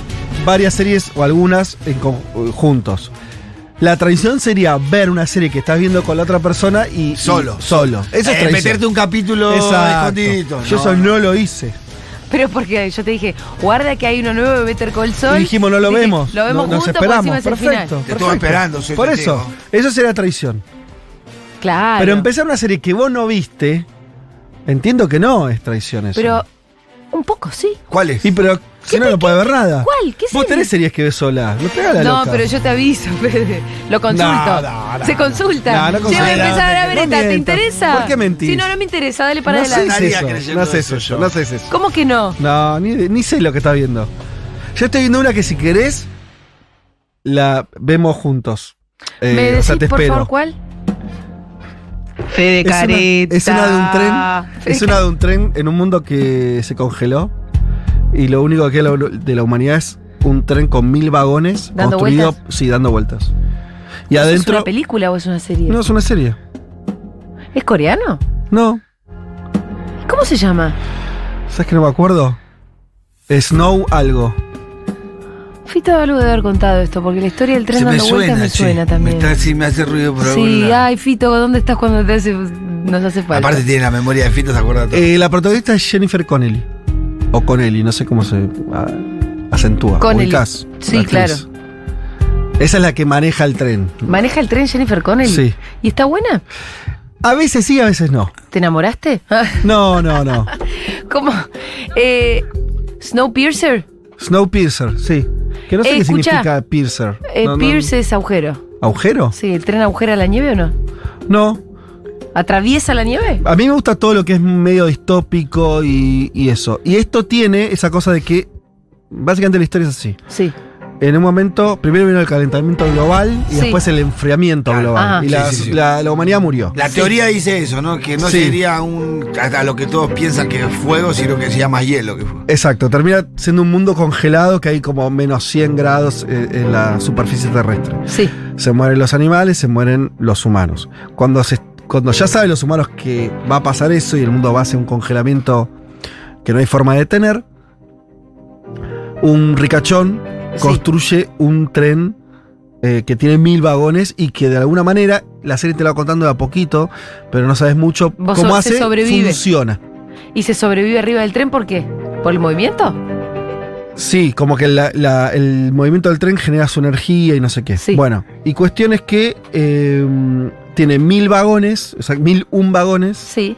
Speaker 3: varias series o algunas en con- eh, juntos. La traición sería ver una serie que estás viendo con la otra persona y. y
Speaker 2: Solo.
Speaker 3: solo. Eso es
Speaker 2: Eh,
Speaker 3: traición.
Speaker 2: meterte un capítulo
Speaker 3: Exacto.
Speaker 2: escondidito.
Speaker 3: Yo eso no lo hice.
Speaker 1: Pero porque yo te dije, guarda que hay uno nuevo de Better Call Saul.
Speaker 3: Y dijimos, no lo
Speaker 1: Dije,
Speaker 3: vemos.
Speaker 1: Lo vemos
Speaker 3: No- nos
Speaker 1: juntos, por encima
Speaker 3: esperamos.
Speaker 1: es el
Speaker 3: Perfecto.
Speaker 1: final.
Speaker 2: Te estuvo
Speaker 3: perfecto.
Speaker 2: esperando, soy
Speaker 3: Por
Speaker 2: testigo.
Speaker 3: eso, eso sería traición.
Speaker 1: Claro.
Speaker 3: Pero empezar una serie que vos no viste, entiendo que no es traición eso.
Speaker 1: Pero un poco sí.
Speaker 2: ¿Cuál es?
Speaker 3: Y pero si no,
Speaker 1: te-
Speaker 3: no puede ver nada.
Speaker 1: ¿Cuál? ¿Qué
Speaker 3: Vos
Speaker 1: serie?
Speaker 3: tenés series que ves sola. No, te hagas la
Speaker 1: no,
Speaker 3: loca.
Speaker 1: pero yo te aviso, [LAUGHS] Fede. Lo consulto.
Speaker 3: No, no, no,
Speaker 1: Se
Speaker 3: no.
Speaker 1: consulta.
Speaker 3: No, no
Speaker 1: Yo voy a
Speaker 3: consulta.
Speaker 1: empezar a ver
Speaker 3: No
Speaker 1: esta. ¿Te
Speaker 3: mientas.
Speaker 1: interesa?
Speaker 3: ¿Por qué mentís?
Speaker 1: Si no, no me interesa. Dale para
Speaker 3: no
Speaker 1: adelante.
Speaker 3: haces
Speaker 2: Estaría
Speaker 3: eso,
Speaker 2: creyendo
Speaker 3: no haces
Speaker 2: eso
Speaker 3: eso,
Speaker 2: yo.
Speaker 3: no haces eso.
Speaker 1: ¿Cómo que no?
Speaker 3: No, ni, ni sé lo que estás viendo. Yo estoy viendo una que si querés, la vemos juntos. Eh,
Speaker 1: ¿Me
Speaker 3: o
Speaker 1: decís,
Speaker 3: sea, te
Speaker 1: por
Speaker 3: espero.
Speaker 1: favor, cuál? Fede
Speaker 3: Es una-
Speaker 1: Careta.
Speaker 3: Es una de un
Speaker 1: [LAUGHS]
Speaker 3: tren.
Speaker 1: Fede
Speaker 3: Es una de un tren en un mundo que se congeló. Y lo único que queda de la humanidad es un tren con mil vagones
Speaker 1: ¿Dando
Speaker 3: construido. Sí, dando vueltas. Y
Speaker 1: ¿Eso ¿Es
Speaker 3: adentro.
Speaker 1: una película o es una serie?
Speaker 3: no, es una serie.
Speaker 1: ¿Es coreano?
Speaker 3: No.
Speaker 1: ¿Cómo se llama?
Speaker 3: ¿Sabes que no me acuerdo? Snow algo.
Speaker 1: Fito algo de haber contado esto, porque la historia del tren
Speaker 2: Se me
Speaker 1: dando vueltas me
Speaker 2: che.
Speaker 1: suena también.
Speaker 2: Me está- sí, me hace ruido por algún
Speaker 1: sí,
Speaker 2: lado.
Speaker 1: ay, Fito, ¿dónde estás cuando te hace- nos hace falta?
Speaker 2: Aparte tiene la memoria de Fito, ¿se acuerda? de todo?
Speaker 3: Eh, la protagonista es Jennifer Connelly. O Connelly, no sé cómo se ah, acentúa.
Speaker 1: Connelly.
Speaker 3: Ubicás,
Speaker 1: Sí,
Speaker 3: la actriz. Esa es la que maneja el tren.
Speaker 1: ¿Maneja el tren Jennifer Connelly?
Speaker 3: Sí.
Speaker 1: ¿Y está buena?
Speaker 3: A veces sí, a veces no.
Speaker 1: ¿Te enamoraste? [LAUGHS]
Speaker 3: No, no, no.
Speaker 1: ¿Cómo? Eh, Snowpiercer.
Speaker 3: Snowpiercer, sí. Que no sé
Speaker 1: Eh,
Speaker 3: qué
Speaker 1: escucha.
Speaker 3: significa piercer.
Speaker 1: Eh,
Speaker 3: No, no,
Speaker 1: Pierce es agujero.
Speaker 3: ¿Agujero?
Speaker 1: Sí, ¿el tren agujera la nieve o no?
Speaker 3: No.
Speaker 1: ¿Atraviesa la nieve?
Speaker 3: A mí me gusta todo lo que es medio distópico y, y eso. Y esto tiene esa cosa de que básicamente la historia es así.
Speaker 1: Sí.
Speaker 3: En un momento, primero vino el calentamiento global y
Speaker 1: Sí.
Speaker 3: después el enfriamiento
Speaker 2: Ah,
Speaker 3: global.
Speaker 1: ajá.
Speaker 3: Y
Speaker 2: Sí,
Speaker 3: la,
Speaker 2: sí, sí.
Speaker 3: la- la humanidad murió.
Speaker 2: La teoría dice eso, ¿no? Que no
Speaker 3: Sí.
Speaker 2: sería un. a lo que todos piensan que es fuego, sino que sea más hielo que fuego.
Speaker 3: Exacto, termina siendo un mundo congelado que hay como menos 100 grados eh, en la superficie terrestre.
Speaker 1: Sí.
Speaker 3: Se mueren los animales, se mueren los humanos. Cuando, se, cuando ya saben los humanos que va a pasar eso y el mundo va hacia un congelamiento que no hay forma de detener, un ricachón
Speaker 1: Sí.
Speaker 3: construye un tren eh, que tiene mil vagones y que de alguna manera, la serie te lo va contando de a poquito, pero no sabes mucho
Speaker 1: Vos
Speaker 3: cómo
Speaker 1: so- se
Speaker 3: hace,
Speaker 1: sobrevive.
Speaker 3: funciona.
Speaker 1: ¿Y se sobrevive arriba del tren por qué? ¿Por el movimiento?
Speaker 3: Sí, como que la- la- el movimiento del tren genera su energía y no sé qué.
Speaker 1: Sí.
Speaker 3: Bueno, y cuestión es que eh, tiene mil vagones, o sea, mil un vagones,
Speaker 1: Sí.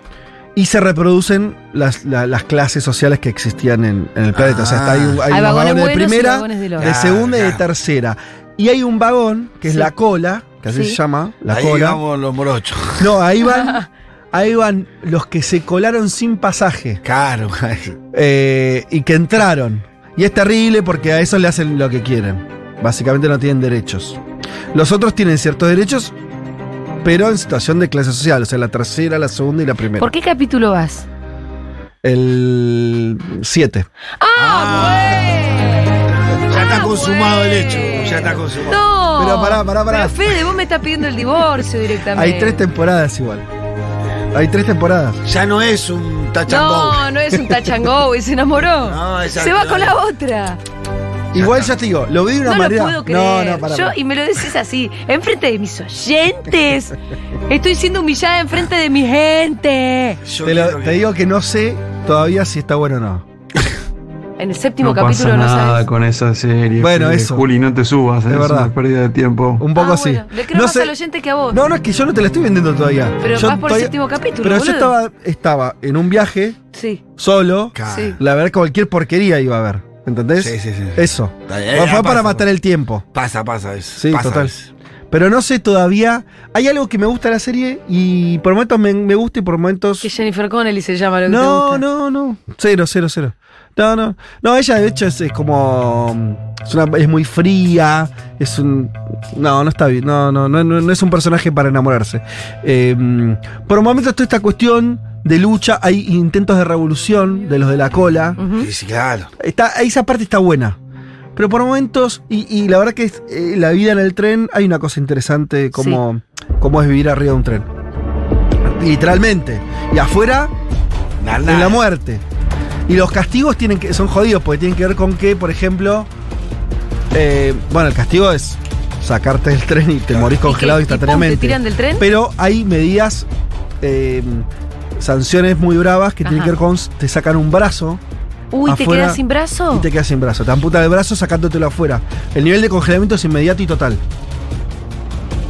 Speaker 3: y se reproducen las, la- las clases sociales que existían en, en el planeta. o sea, está- hay, un- hay
Speaker 1: Ah. Hay,
Speaker 3: unos
Speaker 1: vagones
Speaker 3: vagones de
Speaker 1: buenos y
Speaker 3: primera,
Speaker 1: vagones de los.
Speaker 3: de
Speaker 2: Claro,
Speaker 3: segunda y de
Speaker 2: claro.
Speaker 3: tercera. Y hay un vagón, que es
Speaker 1: Sí.
Speaker 3: la cola, que así
Speaker 1: Sí.
Speaker 3: se llama, la
Speaker 2: Ahí
Speaker 3: cola.
Speaker 2: vamos los morochos.
Speaker 3: No,
Speaker 1: [LAUGHS]
Speaker 3: ahí van, ahí van los que se colaron sin pasaje.
Speaker 2: Claro. [LAUGHS]
Speaker 3: Eh, y que entraron. Y es terrible porque a esos le hacen lo que quieren. Básicamente no tienen derechos. Los otros tienen ciertos derechos, pero en situación de clase social, o sea, la tercera, la segunda y la primera.
Speaker 1: ¿Por qué capítulo vas?
Speaker 3: El 7.
Speaker 1: Ah,
Speaker 2: Ya está consumado el hecho. Ya está consumado.
Speaker 1: No.
Speaker 3: Pero pará, pará, pará.
Speaker 1: Pero Fede, vos me estás pidiendo el divorcio directamente.
Speaker 3: Hay tres temporadas igual. Hay tres temporadas.
Speaker 2: Ya no es un tachangón.
Speaker 1: No, no es un tachangó, y se enamoró.
Speaker 2: [LAUGHS] No, exacto.
Speaker 1: se va con la otra.
Speaker 3: Igual ya te digo, lo vi de una
Speaker 1: no
Speaker 3: manera.
Speaker 1: lo puedo creer.
Speaker 3: No, no, pará,
Speaker 1: Yo,
Speaker 3: pará.
Speaker 1: y me lo decís así, enfrente de mis
Speaker 3: [LAUGHS]
Speaker 1: oyentes. Estoy siendo humillada enfrente de mi gente.
Speaker 2: Yo
Speaker 3: Te, lo-
Speaker 2: quiero que-
Speaker 3: te digo que no sé todavía si está bueno o no.
Speaker 1: En el séptimo
Speaker 6: no
Speaker 1: capítulo
Speaker 6: pasa
Speaker 1: no
Speaker 6: nada
Speaker 1: sabes.
Speaker 6: con esa serie.
Speaker 3: Bueno,
Speaker 6: Fede.
Speaker 3: eso.
Speaker 6: Juli, no te subas,
Speaker 3: Es
Speaker 6: ¿eh? es,
Speaker 3: verdad.
Speaker 6: una pérdida de tiempo.
Speaker 3: Un poco
Speaker 1: Ah,
Speaker 3: así.
Speaker 1: bueno, le creo
Speaker 3: no
Speaker 1: más
Speaker 3: sé-
Speaker 1: al oyente que a vos.
Speaker 3: No, no, es que yo no te la estoy vendiendo todavía.
Speaker 1: pero
Speaker 3: yo
Speaker 1: vas por el
Speaker 3: todavía-
Speaker 1: séptimo capítulo.
Speaker 3: Pero yo
Speaker 1: boludo.
Speaker 3: estaba, estaba en un viaje,
Speaker 1: Sí,
Speaker 3: solo.
Speaker 2: Claro.
Speaker 1: sí.
Speaker 3: La verdad, cualquier porquería iba a haber. ¿Entendés?
Speaker 2: Sí, Eh, sí, sí.
Speaker 3: Eso.
Speaker 2: Está bien,
Speaker 3: Fue
Speaker 2: ya
Speaker 3: para
Speaker 2: pasa,
Speaker 3: matar el tiempo.
Speaker 2: Pasa, pasa eso.
Speaker 3: Sí,
Speaker 2: pasa
Speaker 3: total.
Speaker 2: eso.
Speaker 3: Pero no sé todavía. Hay algo que me gusta de la serie y por momentos me, me gusta y por momentos.
Speaker 1: Que Jennifer Connelly se llama lo que te
Speaker 3: No,
Speaker 1: gusta.
Speaker 3: no, no. Cero, cero, cero. No, no. No, ella de hecho es, es como. mm, Es, una- es muy fría. Es un. No, no está bien. No, no, no, no, no es un personaje para enamorarse. Eh, por un momento, toda esta cuestión de lucha, hay intentos de revolución de los de la cola.
Speaker 1: Ujú.
Speaker 2: Sí, sí, claro.
Speaker 3: Está, esa parte está buena. Pero por momentos, y, y la verdad que es, eh, la vida en el tren, hay una cosa interesante como, como es vivir arriba de un tren. Literalmente. Y afuera,
Speaker 2: Nada,
Speaker 3: en la muerte. Y los castigos tienen que, son jodidos, porque tienen que ver con que, por ejemplo, eh, bueno, el castigo es sacarte del tren y te morís
Speaker 1: ¿Y qué? ¿Y
Speaker 3: congelado
Speaker 1: pum,
Speaker 3: instantáneamente.
Speaker 1: ¿Te tiran del tren?
Speaker 3: Pero hay medidas, eh, sanciones muy bravas que tienen
Speaker 1: Ajá.
Speaker 3: que ver con, te sacan un brazo.
Speaker 1: Uy, ¿te
Speaker 3: afuera
Speaker 1: quedas sin brazo?
Speaker 3: Y te quedas sin brazo. Te amputan el brazo sacándotelo afuera. El nivel de congelamiento es inmediato y total.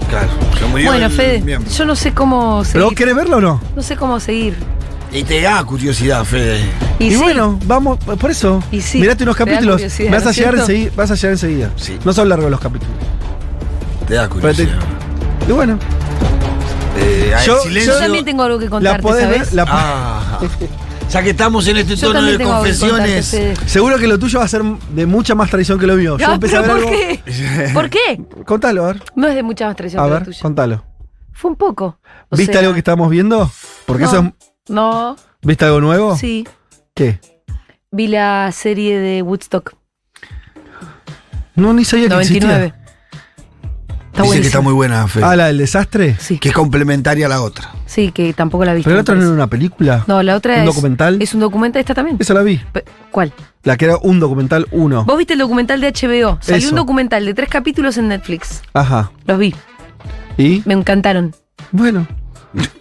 Speaker 2: Claro. Se murió
Speaker 1: Bueno,
Speaker 2: el
Speaker 1: Fede,
Speaker 2: miembro.
Speaker 1: yo no sé cómo
Speaker 3: ¿Pero
Speaker 1: seguir.
Speaker 3: vos querés verlo o no?
Speaker 1: No sé cómo seguir.
Speaker 2: Y te da curiosidad, Fede.
Speaker 1: Y, sí,
Speaker 3: bueno, vamos, por eso.
Speaker 1: Y sí,
Speaker 3: mirate unos
Speaker 1: te da
Speaker 3: capítulos.
Speaker 1: curiosidad,
Speaker 3: Vas
Speaker 1: ¿no
Speaker 3: a,
Speaker 1: es
Speaker 3: llegar
Speaker 1: cierto?
Speaker 3: enseguida, vas a llegar enseguida.
Speaker 2: Sí.
Speaker 3: No son largos los capítulos.
Speaker 2: Te da
Speaker 3: Pero te-
Speaker 2: curiosidad.
Speaker 3: y bueno,
Speaker 2: Eh,
Speaker 3: Yo-
Speaker 2: el silencio.
Speaker 1: yo también tengo algo que
Speaker 3: la
Speaker 1: contarte,
Speaker 3: podés
Speaker 1: ¿sabes?
Speaker 3: ver. la-
Speaker 2: Ah, [LAUGHS] ya que estamos en este
Speaker 1: yo
Speaker 2: tono
Speaker 1: también
Speaker 2: de
Speaker 1: tengo algo que contarte,
Speaker 2: confesiones.
Speaker 1: Fede.
Speaker 3: Seguro que lo tuyo va a ser de mucha más traición que lo mío. Yo
Speaker 1: Ah,
Speaker 3: empecé a
Speaker 1: ¿Pero
Speaker 3: ver
Speaker 1: por
Speaker 3: algo.
Speaker 1: qué?
Speaker 2: [LAUGHS]
Speaker 1: ¿Por qué?
Speaker 3: Contalo, a ver.
Speaker 1: No es de mucha más traición
Speaker 3: A
Speaker 1: que la
Speaker 3: ver,
Speaker 1: tuya.
Speaker 3: contalo.
Speaker 1: Fue un poco. O
Speaker 3: ¿Viste
Speaker 1: sea,
Speaker 3: algo que estábamos viendo? Porque
Speaker 1: no,
Speaker 3: eso es- Oh.
Speaker 1: No,
Speaker 3: ¿Viste algo nuevo?
Speaker 1: sí.
Speaker 3: ¿Qué?
Speaker 1: Vi la serie de Woodstock
Speaker 3: No, ni sabía que
Speaker 1: 99.
Speaker 3: existía.
Speaker 1: Está
Speaker 2: Dice
Speaker 1: buenísimo.
Speaker 2: que está muy buena, Fede.
Speaker 3: Ah, la del desastre.
Speaker 1: Sí,
Speaker 2: Que es complementaria a la otra.
Speaker 1: sí, que tampoco la vi.
Speaker 3: Pero el otro no era una película.
Speaker 1: No, la otra
Speaker 3: ¿Un
Speaker 1: es.
Speaker 3: documental?
Speaker 1: Es un documental, esta también.
Speaker 3: Esa la vi.
Speaker 1: Pe- ¿Cuál?
Speaker 3: La que era un documental uno.
Speaker 1: Vos viste el documental de HBO. Salió
Speaker 3: Eso.
Speaker 1: un documental de tres capítulos en Netflix.
Speaker 3: Ajá.
Speaker 1: Los vi.
Speaker 3: ¿Y?
Speaker 1: Me encantaron.
Speaker 3: Bueno.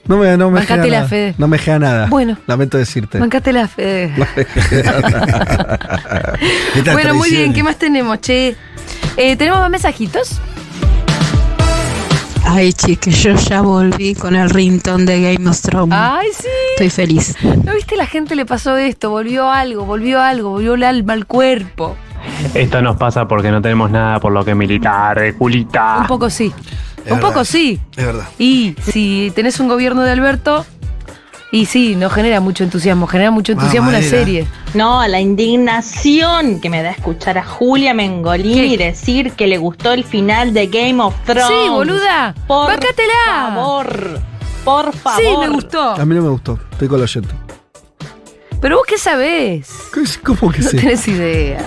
Speaker 3: No me, no me
Speaker 1: Bancate
Speaker 3: genera
Speaker 1: la,
Speaker 3: nada.
Speaker 1: Fede.
Speaker 3: No me genera nada.
Speaker 1: Bueno.
Speaker 3: Lamento decirte. [LAUGHS]
Speaker 1: Mancate la fe.
Speaker 2: Estas
Speaker 1: [LAUGHS] Bueno, muy bien.
Speaker 2: tradiciones.
Speaker 1: ¿Qué más tenemos, che? Eh, ¿Tenemos más mensajitos?
Speaker 6: Ay, chique, yo ya volví con el ringtone de Game of
Speaker 3: Mm.
Speaker 6: Thrones.
Speaker 7: Ah.
Speaker 1: Ay, sí.
Speaker 6: Estoy feliz.
Speaker 1: ¿No viste? La gente le pasó esto, volvió algo, volvió algo, volvió el alma al cuerpo.
Speaker 4: Esto nos pasa porque no tenemos nada por lo que militar, eh,
Speaker 1: Un
Speaker 3: Ah.
Speaker 4: Julita.
Speaker 1: poco sí.
Speaker 2: Es
Speaker 1: Un
Speaker 2: verdad.
Speaker 1: poco sí.
Speaker 2: Es verdad.
Speaker 1: Y si tenés un gobierno de Alberto, y sí, no genera mucho entusiasmo, genera mucho entusiasmo una
Speaker 2: Mamadera.
Speaker 1: serie.
Speaker 8: No, la indignación que me da escuchar a Julia Mengolini
Speaker 1: ¿Qué?
Speaker 8: decir que le gustó el final de Game of Thrones.
Speaker 1: Sí, boluda.
Speaker 8: Por
Speaker 1: Bácatela.
Speaker 8: favor. Por favor.
Speaker 1: Sí, me gustó.
Speaker 3: A mí no me gustó, estoy con la oyente.
Speaker 1: Pero vos qué sabés.
Speaker 3: ¿Qué es- ¿Cómo que
Speaker 1: No
Speaker 3: sí?
Speaker 1: tenés idea.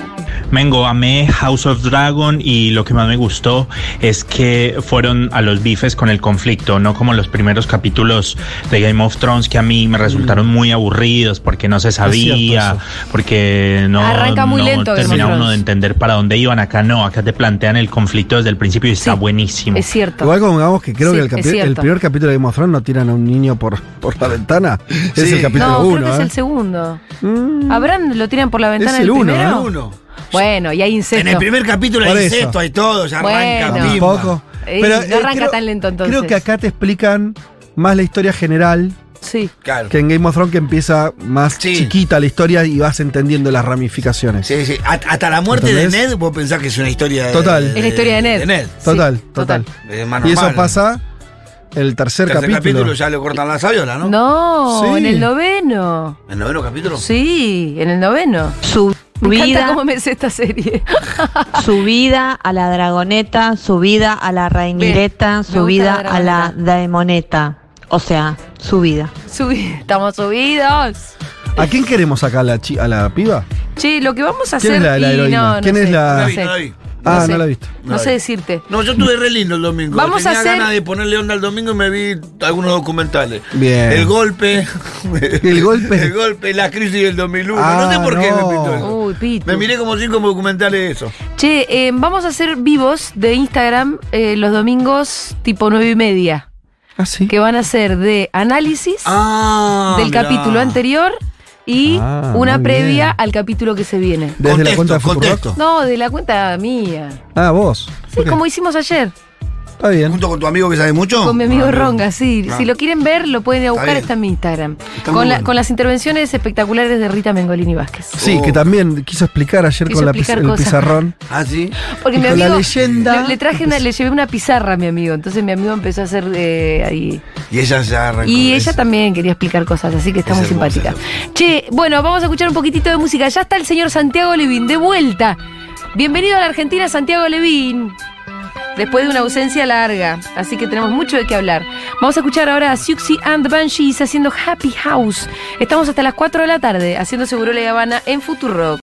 Speaker 9: Mengo, amé House of Dragon y lo que más me gustó es que fueron a los bifes con el conflicto, no como los primeros capítulos de Game of Thrones que a mí me resultaron muy aburridos porque no se sabía,
Speaker 3: eso.
Speaker 9: porque no,
Speaker 1: Arranca muy
Speaker 9: no
Speaker 1: lento Game of
Speaker 9: terminaba uno
Speaker 1: Thrones.
Speaker 9: de entender para dónde iban. Acá no, acá te plantean el conflicto desde el principio y está
Speaker 1: Sí,
Speaker 9: buenísimo.
Speaker 1: Es cierto.
Speaker 3: Igual digamos que creo
Speaker 1: Sí,
Speaker 3: que el,
Speaker 1: es
Speaker 3: capi- el
Speaker 1: cierto.
Speaker 3: primer capítulo de Game of Thrones no tiran a un niño por, por la ventana. Es
Speaker 2: Sí.
Speaker 3: el capítulo
Speaker 1: no, creo que
Speaker 3: 1.
Speaker 1: es
Speaker 3: ¿eh?
Speaker 1: el segundo.
Speaker 3: Mm,
Speaker 1: ¿Habrán lo tiran por la ventana
Speaker 3: Es el
Speaker 1: del
Speaker 3: uno,
Speaker 1: primero?
Speaker 3: ¿eh?
Speaker 2: Uno.
Speaker 1: Bueno, y hay insectos.
Speaker 2: En el primer capítulo
Speaker 3: Por
Speaker 2: hay
Speaker 3: eso.
Speaker 2: incesto, hay todo, ya arranca
Speaker 1: Bueno.
Speaker 2: pimba.
Speaker 3: Tampoco.
Speaker 1: Ey, no arranca tan lento, entonces.
Speaker 3: eh, Creo que acá te explican más la historia general
Speaker 1: Sí.
Speaker 2: Claro.
Speaker 3: que en Game of Thrones que empieza más
Speaker 2: Sí.
Speaker 3: chiquita la historia y vas entendiendo las ramificaciones.
Speaker 2: Sí, sí. Hasta hasta la muerte de
Speaker 3: ¿Entendés?
Speaker 2: Ned, vos pensás que es una historia. de-
Speaker 3: Total. Es
Speaker 1: la historia de Ned.
Speaker 2: De Ned.
Speaker 3: Total,
Speaker 1: Sí,
Speaker 3: total.
Speaker 2: de mano
Speaker 3: Y
Speaker 2: a
Speaker 3: eso
Speaker 2: mano.
Speaker 3: pasa en el tercer,
Speaker 2: Tercer capítulo.
Speaker 3: capítulo.
Speaker 2: ya le cortan la sabiola, ¿no?
Speaker 1: No,
Speaker 3: Sí.
Speaker 1: en el noveno.
Speaker 2: ¿El noveno capítulo?
Speaker 1: Sí, en el noveno.
Speaker 7: Su
Speaker 1: Me encanta
Speaker 7: vida,
Speaker 1: cómo me sé esta serie.
Speaker 7: [LAUGHS] su vida a la dragoneta, su vida a
Speaker 1: me
Speaker 7: la reinireta,
Speaker 1: gusta la
Speaker 7: su vida a la daimoneta. O sea, su vida.
Speaker 1: Subi- Estamos subidos.
Speaker 3: ¿A quién queremos acá? ¿A la, chi- a la piba?
Speaker 1: Che, lo que vamos a hacer.
Speaker 3: ¿Quién es la- la
Speaker 1: y
Speaker 3: heroína?
Speaker 1: no, no
Speaker 3: ¿Quién es
Speaker 1: sé,
Speaker 3: la-
Speaker 2: No la
Speaker 1: No
Speaker 2: vi,
Speaker 1: sé,
Speaker 2: no la vi.
Speaker 3: Ah,
Speaker 1: sé.
Speaker 3: no la he visto.
Speaker 1: No sé decirte.
Speaker 2: No, yo estuve re lindo el domingo.
Speaker 1: Vamos a
Speaker 2: Tenía
Speaker 1: hacer-
Speaker 2: ganas de ponerle onda al domingo y me vi algunos documentales.
Speaker 3: Bien.
Speaker 2: El golpe.
Speaker 3: El golpe.
Speaker 2: [LAUGHS] El golpe, la crisis del 2001.
Speaker 3: Ah,
Speaker 2: no sé por qué me
Speaker 3: no.
Speaker 2: pintó eso.
Speaker 1: Uy, Pitu.
Speaker 2: Me miré como cinco documentales de eso.
Speaker 1: Che, eh, vamos a hacer vivos de Instagram eh, los domingos tipo nueve y media.
Speaker 3: Ah, sí.
Speaker 1: Que van a ser de análisis
Speaker 2: Ah.
Speaker 1: del
Speaker 2: mirá.
Speaker 1: capítulo anterior y
Speaker 3: Ah,
Speaker 1: una
Speaker 3: muy
Speaker 1: previa
Speaker 3: bien.
Speaker 1: al capítulo que se viene.
Speaker 3: Desde la
Speaker 2: Contexto,
Speaker 3: cuenta de
Speaker 2: contexto.
Speaker 3: Futurock.
Speaker 1: No, de la cuenta mía.
Speaker 3: Ah, vos.
Speaker 1: Sí,
Speaker 3: Ok,
Speaker 1: como hicimos ayer
Speaker 3: Está bien.
Speaker 2: Junto con tu amigo que sabe [LAUGHS] mucho.
Speaker 1: con mi amigo Ronga, sí.
Speaker 2: Ah.
Speaker 1: Si lo quieren ver, lo pueden ir a buscar,
Speaker 2: bien.
Speaker 1: está en mi Instagram.
Speaker 2: Está muy
Speaker 1: Con, la-
Speaker 2: bueno.
Speaker 1: con las intervenciones espectaculares de Rita Mengolini Vázquez.
Speaker 3: Sí, que también quiso explicar ayer
Speaker 1: Oh. Quiso
Speaker 3: con la
Speaker 1: explicar
Speaker 3: piz- el
Speaker 1: cosas.
Speaker 3: pizarrón.
Speaker 2: Ah, sí.
Speaker 1: Porque mi
Speaker 3: Dijo, la
Speaker 1: amigo.
Speaker 3: leyenda-
Speaker 1: Le, le traje una, le llevé una pizarra a mi amigo. Entonces mi amigo empezó a hacer eh, ahí.
Speaker 2: Y ella se arrancó.
Speaker 1: Y ella
Speaker 2: Esa.
Speaker 1: también quería explicar cosas, así que está
Speaker 2: Es
Speaker 1: muy
Speaker 2: hermosa,
Speaker 1: simpática. Che, bueno, vamos a escuchar un poquitito de música. Ya está el señor Santiago Levín, de vuelta. Bienvenido a la Argentina, Santiago Levín. Después de una ausencia larga, así que tenemos mucho de qué hablar. Vamos a escuchar ahora a Siuxi and the Banshees haciendo Happy House. Estamos hasta las 4 de la tarde haciendo Seguro La Habana en Futuro